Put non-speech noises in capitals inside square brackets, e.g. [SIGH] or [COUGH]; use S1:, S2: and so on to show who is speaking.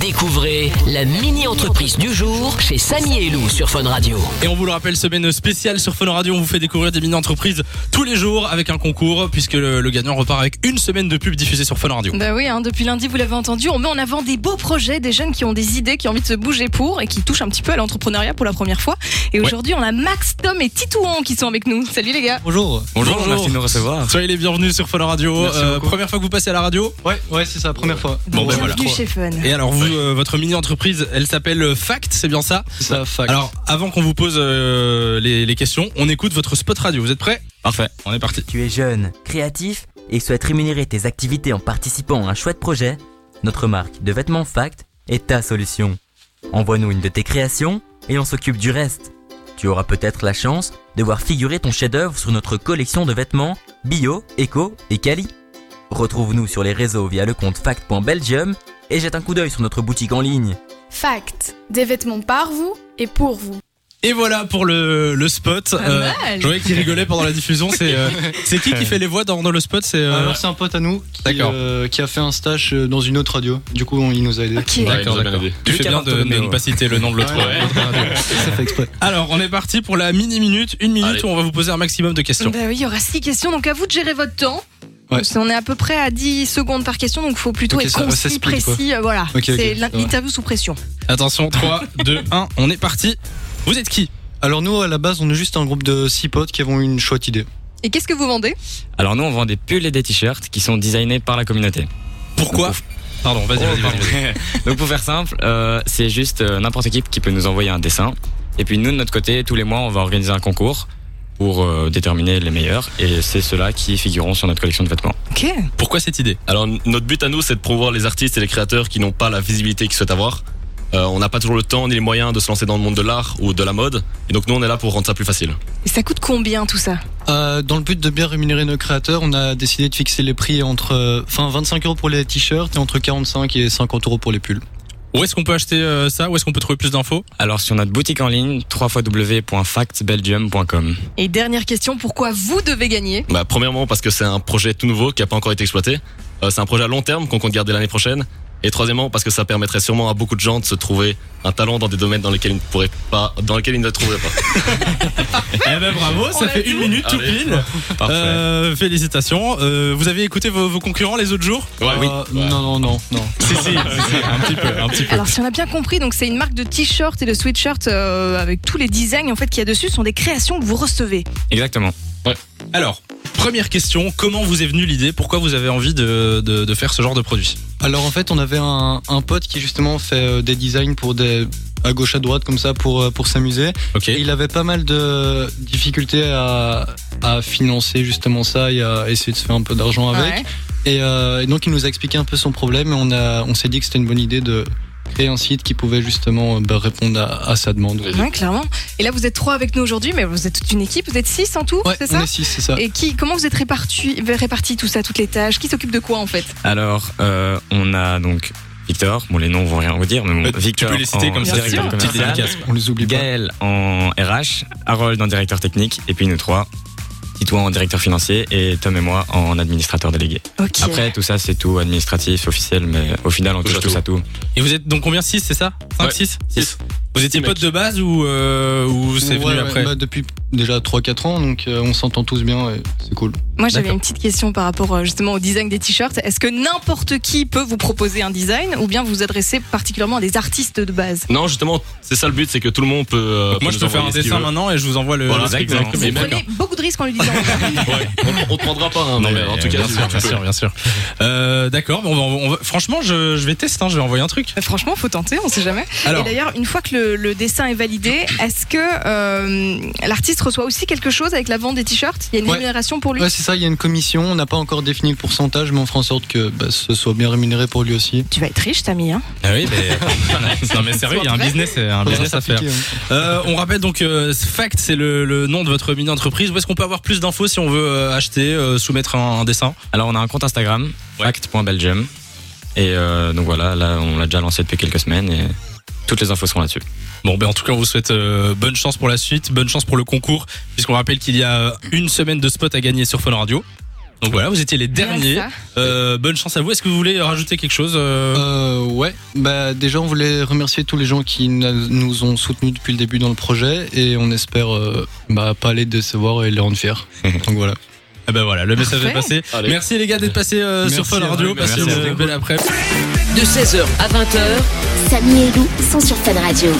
S1: Découvrez la mini-entreprise du jour chez Samy et Lou sur Fun Radio.
S2: Et on vous le rappelle, semaine spéciale sur Fun Radio, on vous fait découvrir des mini-entreprises tous les jours avec un concours, puisque le, le gagnant repart avec une semaine de pub diffusée sur Fun Radio.
S3: Bah oui, hein, depuis lundi, vous l'avez entendu, on met en avant des beaux projets, des jeunes qui ont des idées, qui ont envie de se bouger pour et qui touchent un petit peu à l'entrepreneuriat pour la première fois. Et
S2: Ouais.
S3: aujourd'hui, on a Max, Tom et Titouan qui sont avec nous. Salut les gars.
S4: Bonjour.
S2: Bonjour.
S4: merci de nous recevoir.
S2: Soyez les bienvenus sur Fun Radio. Euh,
S4: Merci beaucoup.
S2: première fois que vous passez à la radio.
S4: Ouais, ouais, c'est ça, première fois.
S2: Bon, ben voilà.
S3: Bienvenue chez Fun.
S2: Et alors vous, euh, votre mini-entreprise, elle s'appelle euh, Fact, c'est bien ça
S4: C'est ça, fact.
S2: Alors avant qu'on vous pose euh, les, les questions, on écoute votre spot radio. Vous êtes prêts Parfait, on est parti.
S5: Tu es jeune, créatif et souhaites rémunérer tes activités en participant à un chouette projet Notre marque de vêtements Fact est ta solution. Envoie-nous une de tes créations et on s'occupe du reste. Tu auras peut-être la chance de voir figurer ton chef-d'œuvre sur notre collection de vêtements bio, éco et quali. Retrouve-nous sur les réseaux via le compte fact.belgium et jette un coup d'œil sur notre boutique en ligne.
S6: Fact. Des vêtements par vous et pour vous.
S2: Et voilà pour le, le spot.
S3: Pas
S4: euh,
S3: mal.
S2: je voyais qu'il rigolait pendant la diffusion. C'est
S4: [LAUGHS]
S2: euh, c'est qui qui fait les voix dans, dans le spot C'est euh,
S4: Alors, c'est un pote à nous qui,
S2: D'accord.
S4: euh, qui a fait un stage euh, dans une autre radio. Du coup, on- il nous a aidés.
S3: Ok.
S2: Ah,
S7: Ouais, il nous a bien aidé.
S2: Tu fais
S5: Lucas
S2: bien de, de
S5: Bartolomeo.
S2: ne pas citer le nom de l'autre.
S4: Ouais. [LAUGHS] Ça fait exprès.
S2: Alors, on est parti pour la mini minute, une minute
S7: Allez.
S2: où on va vous poser un maximum de questions.
S3: Bah oui, il y aura six questions, donc à vous de gérer votre temps.
S4: Ouais.
S3: Parce qu'on On est à peu près à 10 secondes par question, donc il faut plutôt
S4: Ok,
S3: être
S4: ça- ça
S3: concis,
S4: se split, quoi.
S3: précis. euh, voilà,
S4: Ok, ok,
S3: c'est
S4: ça va.
S3: l'interview sous pression.
S2: Attention, 3, 2, 1, on est parti. Vous êtes qui
S4: Alors, nous, à la base, on est juste un groupe de six potes qui avons une chouette idée.
S3: Et qu'est-ce que vous vendez
S8: Alors nous on vend des pulls et des t-shirts qui sont designés par la communauté.
S2: Pourquoi Pardon, vas-y, vas-y, vas-y. vas-y. [LAUGHS]
S8: Donc pour faire simple, euh, c'est juste euh, n'importe qui qui peut nous envoyer un dessin. Et puis nous de notre côté, tous les mois on va organiser un concours pour euh, déterminer les meilleurs. Et c'est ceux-là qui figureront sur notre collection de vêtements.
S3: Ok.
S2: Pourquoi cette idée
S7: Alors n- notre but à nous, c'est de promouvoir les artistes et les créateurs qui n'ont pas la visibilité qu'ils souhaitent avoir. Euh, on n'a pas toujours le temps ni les moyens de se lancer dans le monde de l'art ou de la mode. Et donc nous, on est là pour rendre ça plus facile.
S3: Et ça coûte combien tout ça
S4: Euh, dans le but de bien rémunérer nos créateurs, on a décidé de fixer les prix entre euh, enfin 25 euros pour les t-shirts et entre 45 et 50 euros pour les pulls.
S2: Où est-ce qu'on peut acheter euh, ça Où est-ce qu'on peut trouver plus d'infos
S8: Alors sur notre boutique en ligne, www.factbelgium.com.
S3: Et dernière question, pourquoi vous devez gagner
S7: Bah, premièrement, parce que c'est un projet tout nouveau qui n'a pas encore été exploité. Euh, c'est un projet à long terme qu'on compte garder l'année prochaine. Et troisièmement, parce que ça permettrait sûrement à beaucoup de gens de se trouver un talent dans des domaines dans lesquels ils ne pourraient pas, dans lesquels ils ne le trouveraient pas.
S2: [LAUGHS] Eh ben [LAUGHS] bravo,
S3: On
S2: ça
S3: a
S2: fait
S3: tout.
S2: une minute tout
S7: Allez.
S2: [LAUGHS] pile.
S8: Parfait.
S2: Euh, félicitations. Euh, vous avez écouté vos, vos concurrents les autres jours
S7: Ouais,
S4: Euh, Non, non, non, non.
S2: si, si, si, si, un petit peu, un petit peu.
S3: Alors si on a bien compris, donc c'est une marque de t-shirts et de sweatshirts euh, avec tous les designs en fait qu'il y a dessus sont des créations que vous recevez.
S8: Exactement.
S2: Alors, première question, comment vous est venue l'idée Pourquoi vous avez envie de, de- de faire ce genre de produit
S4: Alors en fait, on avait un, un pote qui justement fait euh, des designs pour des à gauche à droite comme ça pour euh, pour s'amuser.
S2: Ok.
S4: Et il avait pas mal de difficultés à à financer justement ça et à essayer de se faire un peu d'argent avec.
S3: Ouais.
S4: Et, euh, et donc il nous a expliqué un peu son problème et on a on s'est dit que c'était une bonne idée de créer un site qui pouvait justement euh, bah, répondre à, à sa demande.
S7: Ouais,
S3: Ouais, clairement. Et là vous êtes trois avec nous aujourd'hui, mais vous êtes toute une équipe, vous êtes six en tout,
S4: Ouais,
S3: c'est
S4: on
S3: ça
S4: est six, c'est ça.
S3: Et qui, comment vous êtes répartis, répartis tout ça, toutes les tâches Qui s'occupe de quoi en fait
S8: Alors euh, on a donc Victor, bon les noms vont rien vous dire, mais bon,
S2: Euh,
S8: Victor
S2: tu peux les citer
S8: en
S2: comme ça,
S3: Bien
S8: directeur
S3: sûr.
S2: Petite
S8: commercial.
S2: dédicace.
S4: On les oublie pas.
S8: Gaël en RH, Harold en directeur technique, et puis nous trois, Titouan en directeur financier et Tom et moi en administrateur délégué.
S3: Ok.
S8: Après, tout ça, c'est tout administratif, officiel, mais au final, on
S7: Touche
S8: touche
S7: à
S8: tous
S7: tout.
S8: à tout.
S2: Et vous êtes donc combien 6 c'est ça 5,
S7: Ouais,
S2: 6
S7: six.
S2: Vous étiez
S7: Six mecs.
S2: potes de base ou, euh, ou c'est
S4: Ouais,
S2: venu
S4: ouais,
S2: après
S4: bah, depuis déjà 3-4 ans, donc euh, on s'entend tous bien et c'est cool.
S3: Moi j'avais
S2: D'accord.
S3: une petite question par rapport euh, justement au design des t-shirts. Est-ce que n'importe qui peut vous proposer un design ou bien vous vous adressez particulièrement à des artistes de base
S7: Non, justement, c'est ça le but, c'est que tout le monde peut. euh,
S2: Moi
S7: peut
S2: je
S7: nous
S2: peux faire un
S7: envoyer ce qu'il
S2: dessin
S7: veut.
S2: maintenant et je vous envoie le,
S7: Voilà,
S2: le script
S8: exactement.
S2: directement.
S3: Vous
S7: Mais
S3: prenez beaucoup de risques en le
S4: [LAUGHS]
S3: disant.
S7: Ouais, on, on te prendra pas,
S2: Non,
S7: hein, mais,
S2: mais
S7: en tout cas,
S2: bien
S7: tu
S2: sûr, bien
S7: peux.
S2: sûr, bien sûr. Euh, D'accord, on va- on va- franchement, je, je vais tester, hein, je vais envoyer un truc.
S3: Bah, Franchement, faut tenter, on sait jamais.
S2: Alors.
S3: Et d'ailleurs, une fois que le, le dessin est validé, est-ce que euh, l'artiste reçoit aussi quelque chose avec la vente des t-shirts Il y a une
S4: Ouais.
S3: rémunération pour lui
S4: Ouais, c'est ça, il y a une commission, on n'a pas encore défini le pourcentage, mais on fera en sorte que bah, ce soit bien rémunéré pour lui aussi.
S3: Tu vas être riche, Tammy. Hein
S2: Ah oui, mais, [LAUGHS] non mais sérieux, il y a un business, un business à faire.
S4: hein.
S2: Euh, on rappelle donc euh, Fact, c'est le, le nom de votre mini entreprise. Où est-ce qu'on peut avoir plus d'infos si on veut euh, acheter, euh, soumettre un, un dessin
S8: Alors, on a un compte Instagram, act.belgium. Et euh, donc voilà, là, on l'a déjà lancé depuis quelques semaines et toutes les infos seront là-dessus.
S2: Bon, ben en tout cas, on vous souhaite euh, bonne chance pour la suite, bonne chance pour le concours, puisqu'on rappelle qu'il y a euh, une semaine de spots à gagner sur Fun Radio. Donc voilà, vous étiez les derniers.
S3: Voilà ça.
S2: Euh, bonne chance à vous. Est-ce que vous voulez rajouter quelque chose euh,
S4: Euh, ouais, bah déjà on voulait remercier tous les gens qui na- nous ont soutenus depuis le début dans le projet et on espère euh, bah, pas les décevoir et les rendre fiers. Donc voilà.
S2: eh ben voilà, le message est
S3: Parfait.
S2: passé.
S7: Allez.
S2: Merci les gars d'être passés euh,
S4: Merci
S2: sur Fun
S4: à vous,
S2: Radio.
S4: merci
S2: Passez
S4: à vous.
S2: une belle après.
S1: De 16h à 20h,
S9: Samy et Lou sont sur Fun Radio.